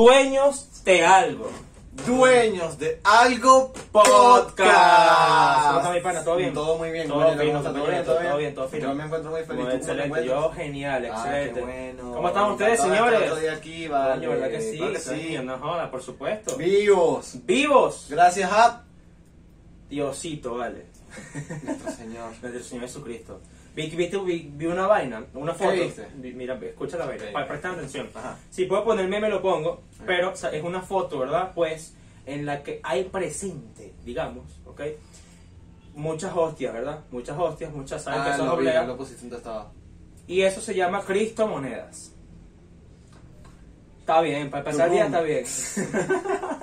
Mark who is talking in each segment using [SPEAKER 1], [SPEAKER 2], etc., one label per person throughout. [SPEAKER 1] Dueños de algo.
[SPEAKER 2] Dueños de Algo Podcast.
[SPEAKER 1] ¿Cómo está mi pana? ¿Todo bien?
[SPEAKER 2] Todo muy bien.
[SPEAKER 1] Todo fino,
[SPEAKER 2] Mariano, ¿cómo estás?
[SPEAKER 1] compañero, todo bien, todo fino.
[SPEAKER 2] Yo me encuentro muy feliz.
[SPEAKER 1] Muy
[SPEAKER 2] ¿Tú cómo te
[SPEAKER 1] excelente,
[SPEAKER 2] encuentras?
[SPEAKER 1] yo genial,
[SPEAKER 2] Ah,
[SPEAKER 1] excelente.
[SPEAKER 2] qué bueno.
[SPEAKER 1] ¿Cómo están ustedes,
[SPEAKER 2] Encantado de estar
[SPEAKER 1] señores?
[SPEAKER 2] otro día aquí, vale.
[SPEAKER 1] Coño, ¿verdad que sí?
[SPEAKER 2] Claro que
[SPEAKER 1] coño, No joda, por supuesto.
[SPEAKER 2] Vivos.
[SPEAKER 1] Vivos.
[SPEAKER 2] Gracias a
[SPEAKER 1] Diosito, vale.
[SPEAKER 2] nuestro Señor.
[SPEAKER 1] Del Señor Jesucristo. Vi, viste, vi, vi una vaina, una foto.
[SPEAKER 2] ¿Qué viste?
[SPEAKER 1] Vi- Mira, escucha la vaina.
[SPEAKER 2] Ok.
[SPEAKER 1] pa- Presta atención.
[SPEAKER 2] Ajá.
[SPEAKER 1] Si puedo poner meme, lo pongo. Pero o sea, es una foto, ¿verdad? Pues en la que hay presente, digamos, ¿ok? Muchas hostias, ¿verdad? Muchas hostias, muchas ¿saben que
[SPEAKER 2] Ah,
[SPEAKER 1] son
[SPEAKER 2] lo vi,
[SPEAKER 1] obleas?
[SPEAKER 2] lo pusiste donde estaba.
[SPEAKER 1] Y eso se llama criptomonedas. Está bien, para empezar el día está bien.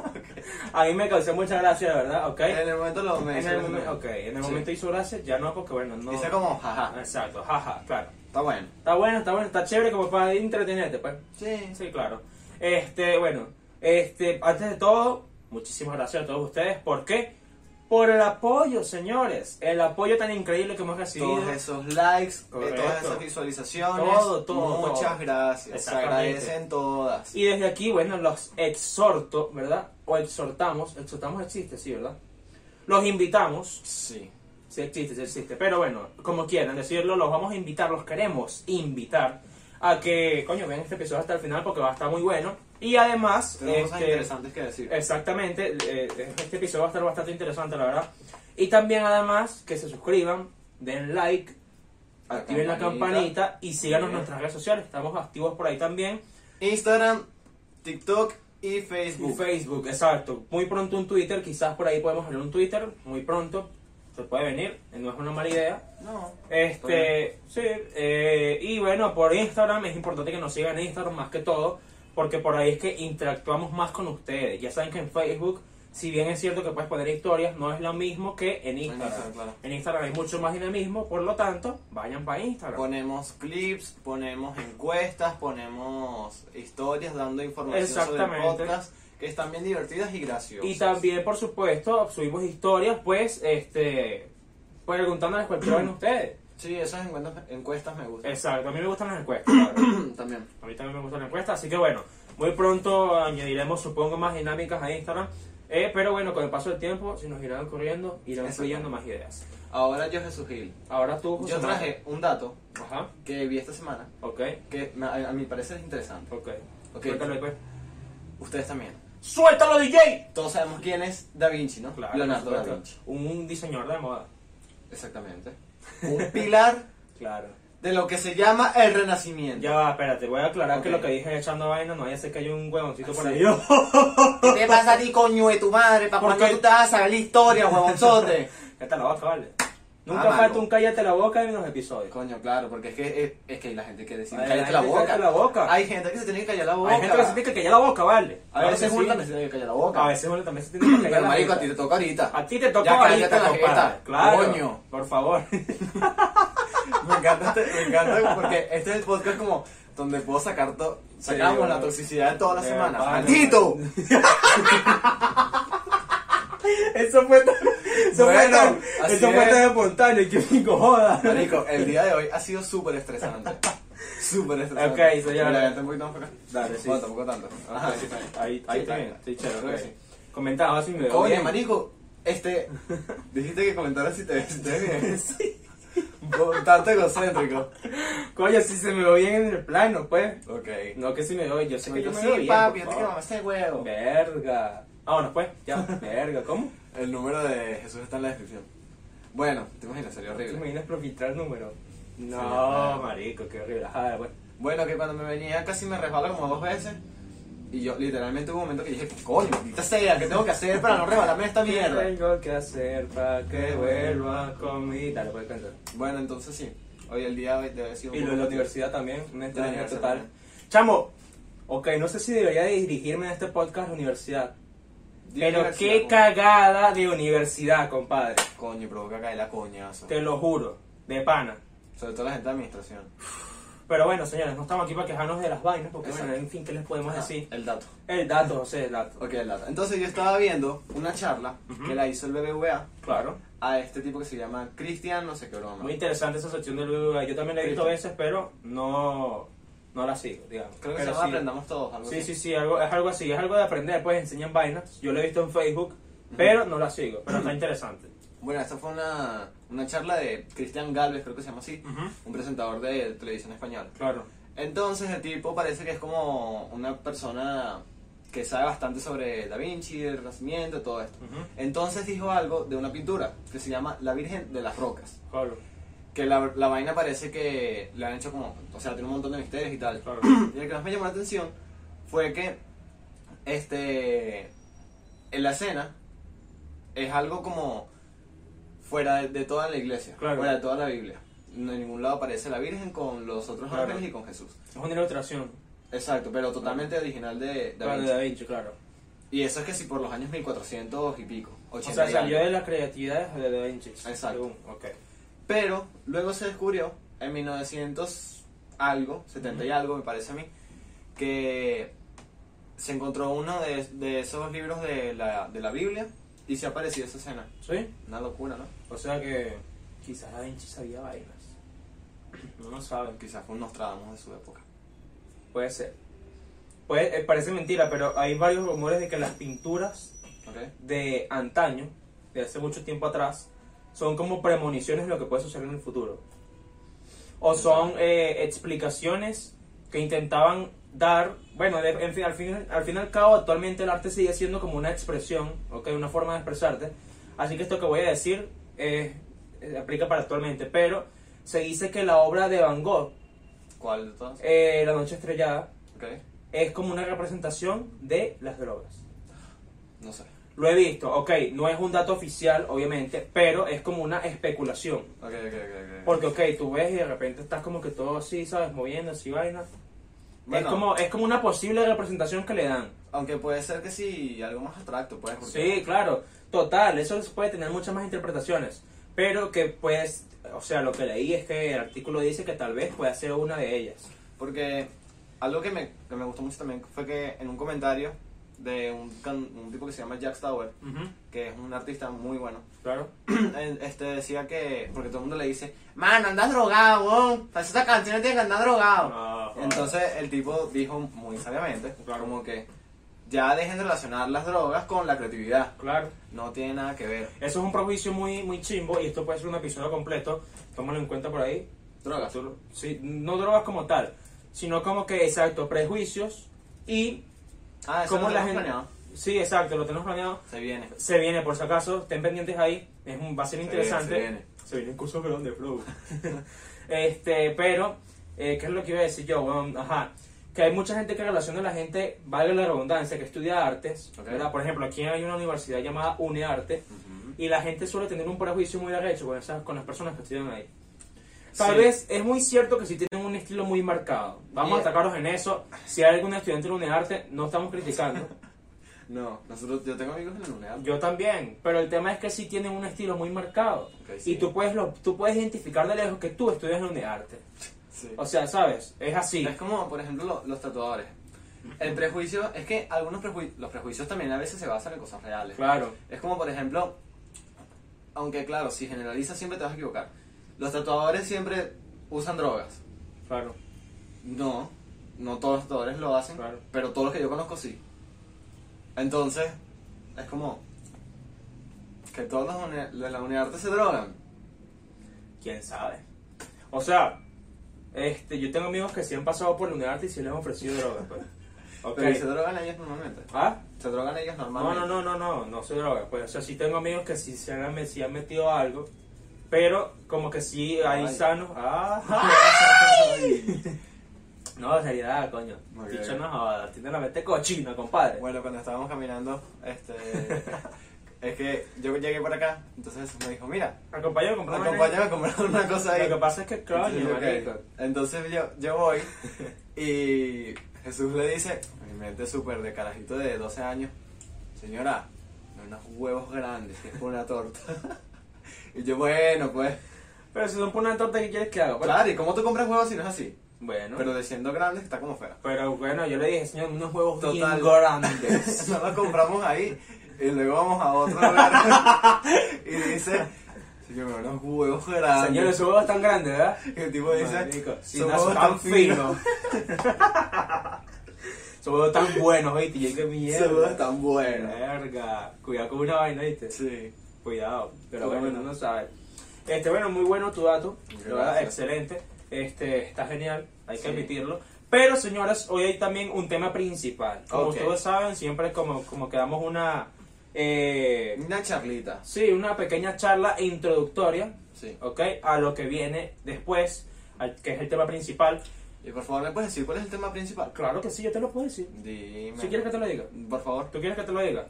[SPEAKER 1] A mí me causó mucha gracia, ¿verdad? ¿Ok?
[SPEAKER 2] En el momento lo
[SPEAKER 1] En el, momen- ok, en el
[SPEAKER 2] Sí.
[SPEAKER 1] momento hizo gracia, ya no, porque bueno, no.
[SPEAKER 2] Dice como, jaja.
[SPEAKER 1] Exacto, jaja, claro.
[SPEAKER 2] Está bueno.
[SPEAKER 1] Está bueno, está bueno, está chévere como para entretenerte, pues.
[SPEAKER 2] Sí.
[SPEAKER 1] Sí, claro. Este, bueno, este, antes de todo, muchísimas gracias a todos ustedes. ¿Por qué? Por el apoyo, señores. El apoyo tan increíble que hemos recibido.
[SPEAKER 2] Todos esos likes, eh,
[SPEAKER 1] Correcto.
[SPEAKER 2] todas esas visualizaciones.
[SPEAKER 1] Todo, todo,
[SPEAKER 2] Muchas
[SPEAKER 1] todo.
[SPEAKER 2] gracias. Se
[SPEAKER 1] Exactamente.
[SPEAKER 2] agradecen todas.
[SPEAKER 1] Y desde aquí, bueno, los exhorto, ¿verdad? O exhortamos, exhortamos existe, sí, ¿verdad? Los invitamos,
[SPEAKER 2] Sí.
[SPEAKER 1] sí existe, sí existe, pero bueno, como quieran decirlo, los vamos a invitar, los queremos invitar a que, coño, vean este episodio hasta el final porque va a estar muy bueno. Y además,
[SPEAKER 2] Tenemos cosas
[SPEAKER 1] este,
[SPEAKER 2] interesantes que decir.
[SPEAKER 1] Exactamente, eh, este episodio va a estar bastante interesante, la verdad. Y también, además, que se suscriban, den like,
[SPEAKER 2] La
[SPEAKER 1] activen la campanita y síganos en
[SPEAKER 2] Bien.
[SPEAKER 1] nuestras redes sociales. Estamos activos por ahí también.
[SPEAKER 2] Instagram, TikTok y
[SPEAKER 1] Y
[SPEAKER 2] Facebook.
[SPEAKER 1] Facebook, exacto. Muy pronto un Twitter, quizás por ahí podemos hacer un Twitter, muy pronto. Se puede venir, no es una mala idea.
[SPEAKER 2] No.
[SPEAKER 1] Este, sí, eh, y bueno, por Instagram es importante que nos sigan en Instagram más que todo, porque por ahí es que interactuamos más con ustedes. Ya saben que en Facebook, si bien es cierto que puedes poner historias, no es lo mismo que en Instagram.
[SPEAKER 2] Instagram, claro.
[SPEAKER 1] En Instagram hay mucho más dinamismo, por lo tanto, vayan para Instagram.
[SPEAKER 2] Ponemos clips, ponemos encuestas, ponemos historias dando información sobre el
[SPEAKER 1] Exactamente.
[SPEAKER 2] podcast que están bien divertidas y graciosas.
[SPEAKER 1] Y también, por supuesto, subimos historias, pues, este, preguntándoles cualquier vaina a ustedes.
[SPEAKER 2] Sí, esas encuestas, encuestas me gustan.
[SPEAKER 1] Exacto, a mí me gustan las encuestas. la verdad.
[SPEAKER 2] También.
[SPEAKER 1] A mí también me gusta la encuesta, así que bueno, muy pronto añadiremos, supongo, más dinámicas a Instagram. Eh, pero bueno, con el paso del tiempo, si nos irán ocurriendo, irán
[SPEAKER 2] Exacto.
[SPEAKER 1] fluyendo más ideas.
[SPEAKER 2] Ahora yo, Jesús Gil.
[SPEAKER 1] Ahora tú, José
[SPEAKER 2] Yo
[SPEAKER 1] Manuel.
[SPEAKER 2] traje un dato
[SPEAKER 1] Ajá,
[SPEAKER 2] que vi esta semana
[SPEAKER 1] ok,
[SPEAKER 2] que me- a, a mi parecer es interesante.
[SPEAKER 1] ok.
[SPEAKER 2] Ok.
[SPEAKER 1] Suéltalo, ahí, pues.
[SPEAKER 2] Ustedes también.
[SPEAKER 1] ¡Suéltalo, DJ!
[SPEAKER 2] Todos sabemos quién es Da Vinci, ¿no?
[SPEAKER 1] Claro,
[SPEAKER 2] Leonardo
[SPEAKER 1] por
[SPEAKER 2] da
[SPEAKER 1] supuesto.
[SPEAKER 2] Vinci.
[SPEAKER 1] Un diseñador de moda.
[SPEAKER 2] Exactamente. Un pilar
[SPEAKER 1] Claro.
[SPEAKER 2] de lo que se llama el Renacimiento.
[SPEAKER 1] Ya va, espérate, voy a aclarar que
[SPEAKER 2] Ok. Ah,
[SPEAKER 1] lo que dije echando vaina, no vaya a ser que hay un huevoncito por
[SPEAKER 2] Sí.
[SPEAKER 1] ahí.
[SPEAKER 2] ¿Qué te pasa a ti, coño de tu madre? ¿Para
[SPEAKER 1] ¿Por
[SPEAKER 2] cuándo
[SPEAKER 1] qué?
[SPEAKER 2] tú te vas a saber la historia, huevonzote?
[SPEAKER 1] Cállate la boca, vale. Nunca
[SPEAKER 2] mano.
[SPEAKER 1] falta un cállate la boca en los episodios.
[SPEAKER 2] coño, claro, porque es que, es, es que hay la gente que decide
[SPEAKER 1] Hay
[SPEAKER 2] cállate
[SPEAKER 1] gente
[SPEAKER 2] la
[SPEAKER 1] que
[SPEAKER 2] boca.
[SPEAKER 1] cállate la boca.
[SPEAKER 2] Hay gente que se tiene que callar la boca.
[SPEAKER 1] Hay gente que se tiene que callar la boca, vale.
[SPEAKER 2] A
[SPEAKER 1] Claro
[SPEAKER 2] veces
[SPEAKER 1] que
[SPEAKER 2] uno
[SPEAKER 1] sí.
[SPEAKER 2] también se tiene que callar la boca.
[SPEAKER 1] A veces uno también se tiene que callar
[SPEAKER 2] Pero,
[SPEAKER 1] la
[SPEAKER 2] marico,
[SPEAKER 1] boca.
[SPEAKER 2] a ti te toca ahorita.
[SPEAKER 1] A ti te tocó
[SPEAKER 2] Ya cállate
[SPEAKER 1] ahorita,
[SPEAKER 2] la
[SPEAKER 1] compadre.
[SPEAKER 2] jeta.
[SPEAKER 1] Claro.
[SPEAKER 2] Coño.
[SPEAKER 1] Por favor.
[SPEAKER 2] Me encanta, este- me encanta porque este es el podcast como donde puedo sacar todo. Sacamos
[SPEAKER 1] bueno.
[SPEAKER 2] la toxicidad de toda la
[SPEAKER 1] De
[SPEAKER 2] semana.
[SPEAKER 1] verdad,
[SPEAKER 2] ¡Maldito!
[SPEAKER 1] Eso fue tan, eso fue
[SPEAKER 2] Bueno,
[SPEAKER 1] tan,
[SPEAKER 2] así
[SPEAKER 1] eso fue
[SPEAKER 2] es.
[SPEAKER 1] tan espontáneo que me joda.
[SPEAKER 2] Marico, el día de hoy ha sido súper estresante. Súper estresante.
[SPEAKER 1] Ok, señora.
[SPEAKER 2] Me la levanté un poquito más para acá.
[SPEAKER 1] Dale, sí.
[SPEAKER 2] No, tampoco tanto. Ajá, sí, está bien.
[SPEAKER 1] Ahí,
[SPEAKER 2] Sí,
[SPEAKER 1] ahí
[SPEAKER 2] está
[SPEAKER 1] también.
[SPEAKER 2] bien.
[SPEAKER 1] Sí, chévere.
[SPEAKER 2] Creo que
[SPEAKER 1] ok.
[SPEAKER 2] sí.
[SPEAKER 1] Comentaba si me veo
[SPEAKER 2] Oye,
[SPEAKER 1] bien.
[SPEAKER 2] marico, este. Dijiste que comentaras si te ves si te ves bien. Bo- Tanto egocéntrico.
[SPEAKER 1] Coño, si se me ve bien en el plano, pues.
[SPEAKER 2] Ok.
[SPEAKER 1] No que si me veo, yo sé que yo me
[SPEAKER 2] sí,
[SPEAKER 1] veo bien.
[SPEAKER 2] papi, yo
[SPEAKER 1] por
[SPEAKER 2] te
[SPEAKER 1] favor.
[SPEAKER 2] quiero este huevo.
[SPEAKER 1] Verga. Vámonos, pues. Ya, verga. ¿Cómo?
[SPEAKER 2] El número de Jesús está en la descripción. Bueno, te imaginas, sería
[SPEAKER 1] ¿Te
[SPEAKER 2] horrible.
[SPEAKER 1] imaginas profiltrar el número? No,
[SPEAKER 2] claro.
[SPEAKER 1] marico, qué horrible. Ajá, pues. bueno.
[SPEAKER 2] Bueno, que cuando me venía casi me resbaló como dos veces. Y yo literalmente hubo un momento que dije, coño, maldita sea, ¿qué tengo que hacer para no resbalarme de esta mierda?
[SPEAKER 1] ¿Qué tengo que hacer para que vuelva conmigo? Dale, puedes cantar.
[SPEAKER 2] Bueno, entonces sí. Hoy el día debe haber sido un
[SPEAKER 1] Y lo de
[SPEAKER 2] poco
[SPEAKER 1] la
[SPEAKER 2] contigo.
[SPEAKER 1] universidad también, un
[SPEAKER 2] La
[SPEAKER 1] extraño
[SPEAKER 2] universidad
[SPEAKER 1] total.
[SPEAKER 2] también.
[SPEAKER 1] Chamo, ok, no sé si debería de dirigirme a este podcast a la universidad.
[SPEAKER 2] Di
[SPEAKER 1] Pero
[SPEAKER 2] universidad,
[SPEAKER 1] qué
[SPEAKER 2] coño.
[SPEAKER 1] cagada de universidad, compadre.
[SPEAKER 2] Coño, provoca caer la coñazo.
[SPEAKER 1] Te lo juro, de pana.
[SPEAKER 2] Sobre todo la gente de administración.
[SPEAKER 1] Pero bueno, señores, no estamos aquí para quejarnos de las vainas, porque bueno,
[SPEAKER 2] Exacto.
[SPEAKER 1] en fin, ¿qué les podemos
[SPEAKER 2] Ajá,
[SPEAKER 1] decir?
[SPEAKER 2] El dato.
[SPEAKER 1] El dato, José, el dato.
[SPEAKER 2] Ok, el dato. Entonces yo estaba viendo una charla que la hizo el BBVA
[SPEAKER 1] Claro.
[SPEAKER 2] a este tipo que se llama Cristian, no sé qué broma.
[SPEAKER 1] Muy interesante esa sección del BBVA. Yo también la he visto a
[SPEAKER 2] Sí.
[SPEAKER 1] veces, pero no, No la sigo, digamos.
[SPEAKER 2] Creo que se
[SPEAKER 1] Pero
[SPEAKER 2] llama
[SPEAKER 1] sí.
[SPEAKER 2] Aprendamos Todos, algo
[SPEAKER 1] Sí,
[SPEAKER 2] así.
[SPEAKER 1] sí, sí, algo, es algo así, es algo de aprender, pues enseñan vainas. Yo lo he visto en Facebook, pero no la sigo, pero está interesante.
[SPEAKER 2] Bueno, esta fue una, una charla de Cristian Galvez, creo que se llama así,
[SPEAKER 1] Ujú.
[SPEAKER 2] un presentador de televisión española.
[SPEAKER 1] Claro.
[SPEAKER 2] Entonces el tipo parece que es como una persona que sabe bastante sobre Da Vinci, el Renacimiento, todo esto.
[SPEAKER 1] Ujú.
[SPEAKER 2] Entonces dijo algo de una pintura que se llama La Virgen de las Rocas.
[SPEAKER 1] Claro,
[SPEAKER 2] Que la, la vaina parece que le han hecho como, o sea, tiene un montón de misterios y tal.
[SPEAKER 1] claro.
[SPEAKER 2] Y el que más me llamó la atención fue que este en la escena es algo como fuera de, de toda la iglesia,
[SPEAKER 1] Claro.
[SPEAKER 2] fuera de toda la Biblia. No, en ningún lado aparece la Virgen con los otros
[SPEAKER 1] Claro.
[SPEAKER 2] ángeles y con Jesús.
[SPEAKER 1] Es una ilustración.
[SPEAKER 2] Exacto, pero totalmente original de Da
[SPEAKER 1] Claro,
[SPEAKER 2] Vinci.
[SPEAKER 1] de Da Vinci, claro.
[SPEAKER 2] Y eso es que si por los años 1400 y pico,
[SPEAKER 1] O
[SPEAKER 2] 80
[SPEAKER 1] sea,
[SPEAKER 2] y
[SPEAKER 1] salió
[SPEAKER 2] algo.
[SPEAKER 1] de la creatividad de Da Vinci.
[SPEAKER 2] Exacto.
[SPEAKER 1] Según, ok.
[SPEAKER 2] Pero luego se descubrió en 1900 algo, 70 y algo me parece a mí, que se encontró uno de, de esos libros de la, de la Biblia y se ha aparecido esa escena.
[SPEAKER 1] ¿Sí?
[SPEAKER 2] Una locura, ¿no?
[SPEAKER 1] O sea que quizás Da Vinci sabía vainas. No lo saben.
[SPEAKER 2] Quizás fue un Nostradamus de su época.
[SPEAKER 1] Puede ser. Puede, eh, parece mentira, pero hay varios rumores de que las pinturas
[SPEAKER 2] ¿Ok?
[SPEAKER 1] de antaño, de hace mucho tiempo atrás, son como premoniciones de lo que puede suceder en el futuro. O son eh, explicaciones que intentaban dar, bueno, de- en fin, al, fin, al fin y al cabo, actualmente el arte sigue siendo como una expresión, ¿ok? Una forma de expresarte. Así que esto que voy a decir eh, eh, aplica para actualmente, pero se dice que la obra de Van Gogh,
[SPEAKER 2] ¿Cuál de todas?
[SPEAKER 1] eh, La Noche Estrellada,
[SPEAKER 2] ¿Ok?
[SPEAKER 1] es como una representación de las drogas.
[SPEAKER 2] No sé.
[SPEAKER 1] Lo he visto, ok, no es un dato oficial, obviamente, pero es como una especulación.
[SPEAKER 2] Ok, ok, ok. ok.
[SPEAKER 1] Porque, ok, tú ves y de repente estás como que todo así, ¿sabes? Moviendo así, vaina.
[SPEAKER 2] Bueno.
[SPEAKER 1] Es, como, es como una posible representación que le dan.
[SPEAKER 2] Aunque puede ser que sí, algo más abstracto, pues. porque-
[SPEAKER 1] Sí, claro, total, eso puede tener muchas más interpretaciones. Pero que pues, o sea, lo que leí es que el artículo dice que tal vez pueda ser una de ellas.
[SPEAKER 2] Porque algo que me, que me gustó mucho también fue que en un comentario de un, can- un tipo que se llama Jack Tower, que es un artista muy bueno,
[SPEAKER 1] Claro.
[SPEAKER 2] él, este decía que, porque todo el mundo le dice, mano, andas drogado, weón, para esa canción tienes que andar drogado.
[SPEAKER 1] Ah, joder.
[SPEAKER 2] Entonces el tipo dijo muy sabiamente,
[SPEAKER 1] Claro.
[SPEAKER 2] como que ya dejen de relacionar las drogas con la creatividad,
[SPEAKER 1] Claro.
[SPEAKER 2] no tiene nada que ver.
[SPEAKER 1] Eso es un prejuicio muy, muy chimbo y esto puede ser un episodio completo. Tómalo en cuenta por ahí.
[SPEAKER 2] Drogas.
[SPEAKER 1] Sí, no drogas como tal, sino como que, exacto, prejuicios y
[SPEAKER 2] Ah, eso
[SPEAKER 1] cómo
[SPEAKER 2] no
[SPEAKER 1] la
[SPEAKER 2] hemos
[SPEAKER 1] gente...
[SPEAKER 2] planeado.
[SPEAKER 1] Sí, exacto, lo tenemos planeado.
[SPEAKER 2] Se viene.
[SPEAKER 1] Se viene, por si acaso, estén pendientes ahí, es un, va a ser
[SPEAKER 2] Se
[SPEAKER 1] interesante.
[SPEAKER 2] viene, se viene.
[SPEAKER 1] el curso perdón, de flow. este, pero, eh, ¿qué es lo que iba a decir yo? Bueno, ajá, que hay mucha gente que relaciona a la gente, vale la redundancia, que estudia artes,
[SPEAKER 2] Ok.
[SPEAKER 1] ¿verdad? Por ejemplo, aquí hay una universidad llamada UNEARTE y la gente suele tener un prejuicio muy arrecho con, esas, con las personas que estudian ahí. Tal
[SPEAKER 2] Sí.
[SPEAKER 1] vez es muy cierto que si tienen un estilo muy marcado. Vamos
[SPEAKER 2] Yeah.
[SPEAKER 1] a atacaros en eso. Si hay algún estudiante de UNEARTE, no estamos criticando.
[SPEAKER 2] No, nosotros, yo tengo amigos en la unidad.
[SPEAKER 1] Yo también, pero el tema es que sí tienen un estilo muy marcado.
[SPEAKER 2] Ok, sí.
[SPEAKER 1] Y tú puedes, lo, tú puedes identificar de lejos que tú estudias en UNEARTE.
[SPEAKER 2] Sí.
[SPEAKER 1] O sea, ¿sabes? Es así.
[SPEAKER 2] Es como, por ejemplo, lo- los tatuadores. El prejuicio es que algunos prejuicios, los prejuicios también a veces se basan en cosas reales.
[SPEAKER 1] Claro.
[SPEAKER 2] Es como, por ejemplo, aunque claro, si generalizas siempre te vas a equivocar. Los tatuadores siempre usan drogas.
[SPEAKER 1] Claro.
[SPEAKER 2] No, no todos los tatuadores lo hacen,
[SPEAKER 1] Claro.
[SPEAKER 2] pero todos los que yo conozco sí. Entonces, es como que todos los uni- los de la unidad de arte se drogan.
[SPEAKER 1] ¿Quién sabe? O sea, este, yo tengo amigos que sí han pasado por UNEARTE y sí les han ofrecido drogas. Pues. Ok.
[SPEAKER 2] Pero se drogan ellos normalmente.
[SPEAKER 1] ¿Ah?
[SPEAKER 2] Se drogan ellos
[SPEAKER 1] No,
[SPEAKER 2] normalmente.
[SPEAKER 1] no, no, no, no, no se droga. Pues, o sea, sí tengo amigos que sí se han, sí han metido algo, pero como que sí hay
[SPEAKER 2] Ay.
[SPEAKER 1] sanos. Ah, no, seriedad, coño.
[SPEAKER 2] Ok.
[SPEAKER 1] Dicho no jodas, tiene la mente cochina, compadre.
[SPEAKER 2] Bueno, cuando estábamos caminando, este. es que yo llegué por acá, entonces me dijo, mira,
[SPEAKER 1] Acompáñame a comprar una-
[SPEAKER 2] acompáñame a comprar una cosa ahí.
[SPEAKER 1] Lo que pasa es que,
[SPEAKER 2] Entonces,
[SPEAKER 1] coño,
[SPEAKER 2] ok.
[SPEAKER 1] marico.
[SPEAKER 2] Entonces yo, yo voy y Jesús le dice, mi mente súper de carajito de 12 años, señora, no unos huevos grandes, que es una torta. y yo, bueno, pues.
[SPEAKER 1] Pero si son por una torta, ¿qué quieres que haga? pues?
[SPEAKER 2] Claro, ¿y cómo tú compras huevos si no es así?
[SPEAKER 1] Bueno,
[SPEAKER 2] Pero
[SPEAKER 1] pero,
[SPEAKER 2] de siendo grandes está como feo.
[SPEAKER 1] bueno, yo le dije, señor, unos huevos
[SPEAKER 2] Total.
[SPEAKER 1] bien grandes.
[SPEAKER 2] No lo compramos ahí y luego vamos a otro lugar y dice, Yo me unos huevos grandes.
[SPEAKER 1] Señores, su huevo es tan grande, ¿verdad?
[SPEAKER 2] Y el tipo dice,
[SPEAKER 1] Marico, si
[SPEAKER 2] "Son
[SPEAKER 1] no son
[SPEAKER 2] huevos
[SPEAKER 1] tan finos. Son huevos tan buenos, ¿viste? Y yo, qué mierda.
[SPEAKER 2] Esos huevos tan buenos.
[SPEAKER 1] Verga. Cuidado con una vaina, ¿viste?
[SPEAKER 2] Eh, Sí.
[SPEAKER 1] Cuidado. Pero
[SPEAKER 2] Tú
[SPEAKER 1] bueno,
[SPEAKER 2] bueno.
[SPEAKER 1] uno no sabe. Este, bueno, muy bueno tu dato.
[SPEAKER 2] Gracias.
[SPEAKER 1] de verdad, excelente. Este, está genial. Hay que
[SPEAKER 2] Sí.
[SPEAKER 1] admitirlo. Pero, señoras, hoy hay también un tema principal. Como
[SPEAKER 2] Ok.
[SPEAKER 1] ustedes saben, siempre como, como que damos una... eh,
[SPEAKER 2] Una charlita.
[SPEAKER 1] sí, una pequeña charla introductoria,
[SPEAKER 2] Sí.
[SPEAKER 1] ¿ok? A lo que viene después, al- que es el tema principal.
[SPEAKER 2] Y por favor, ¿me puedes decir cuál es el tema principal?
[SPEAKER 1] Claro que sí, yo te lo puedo decir.
[SPEAKER 2] Dime.
[SPEAKER 1] Si quieres que te lo diga.
[SPEAKER 2] Por favor.
[SPEAKER 1] ¿Tú quieres que te lo diga?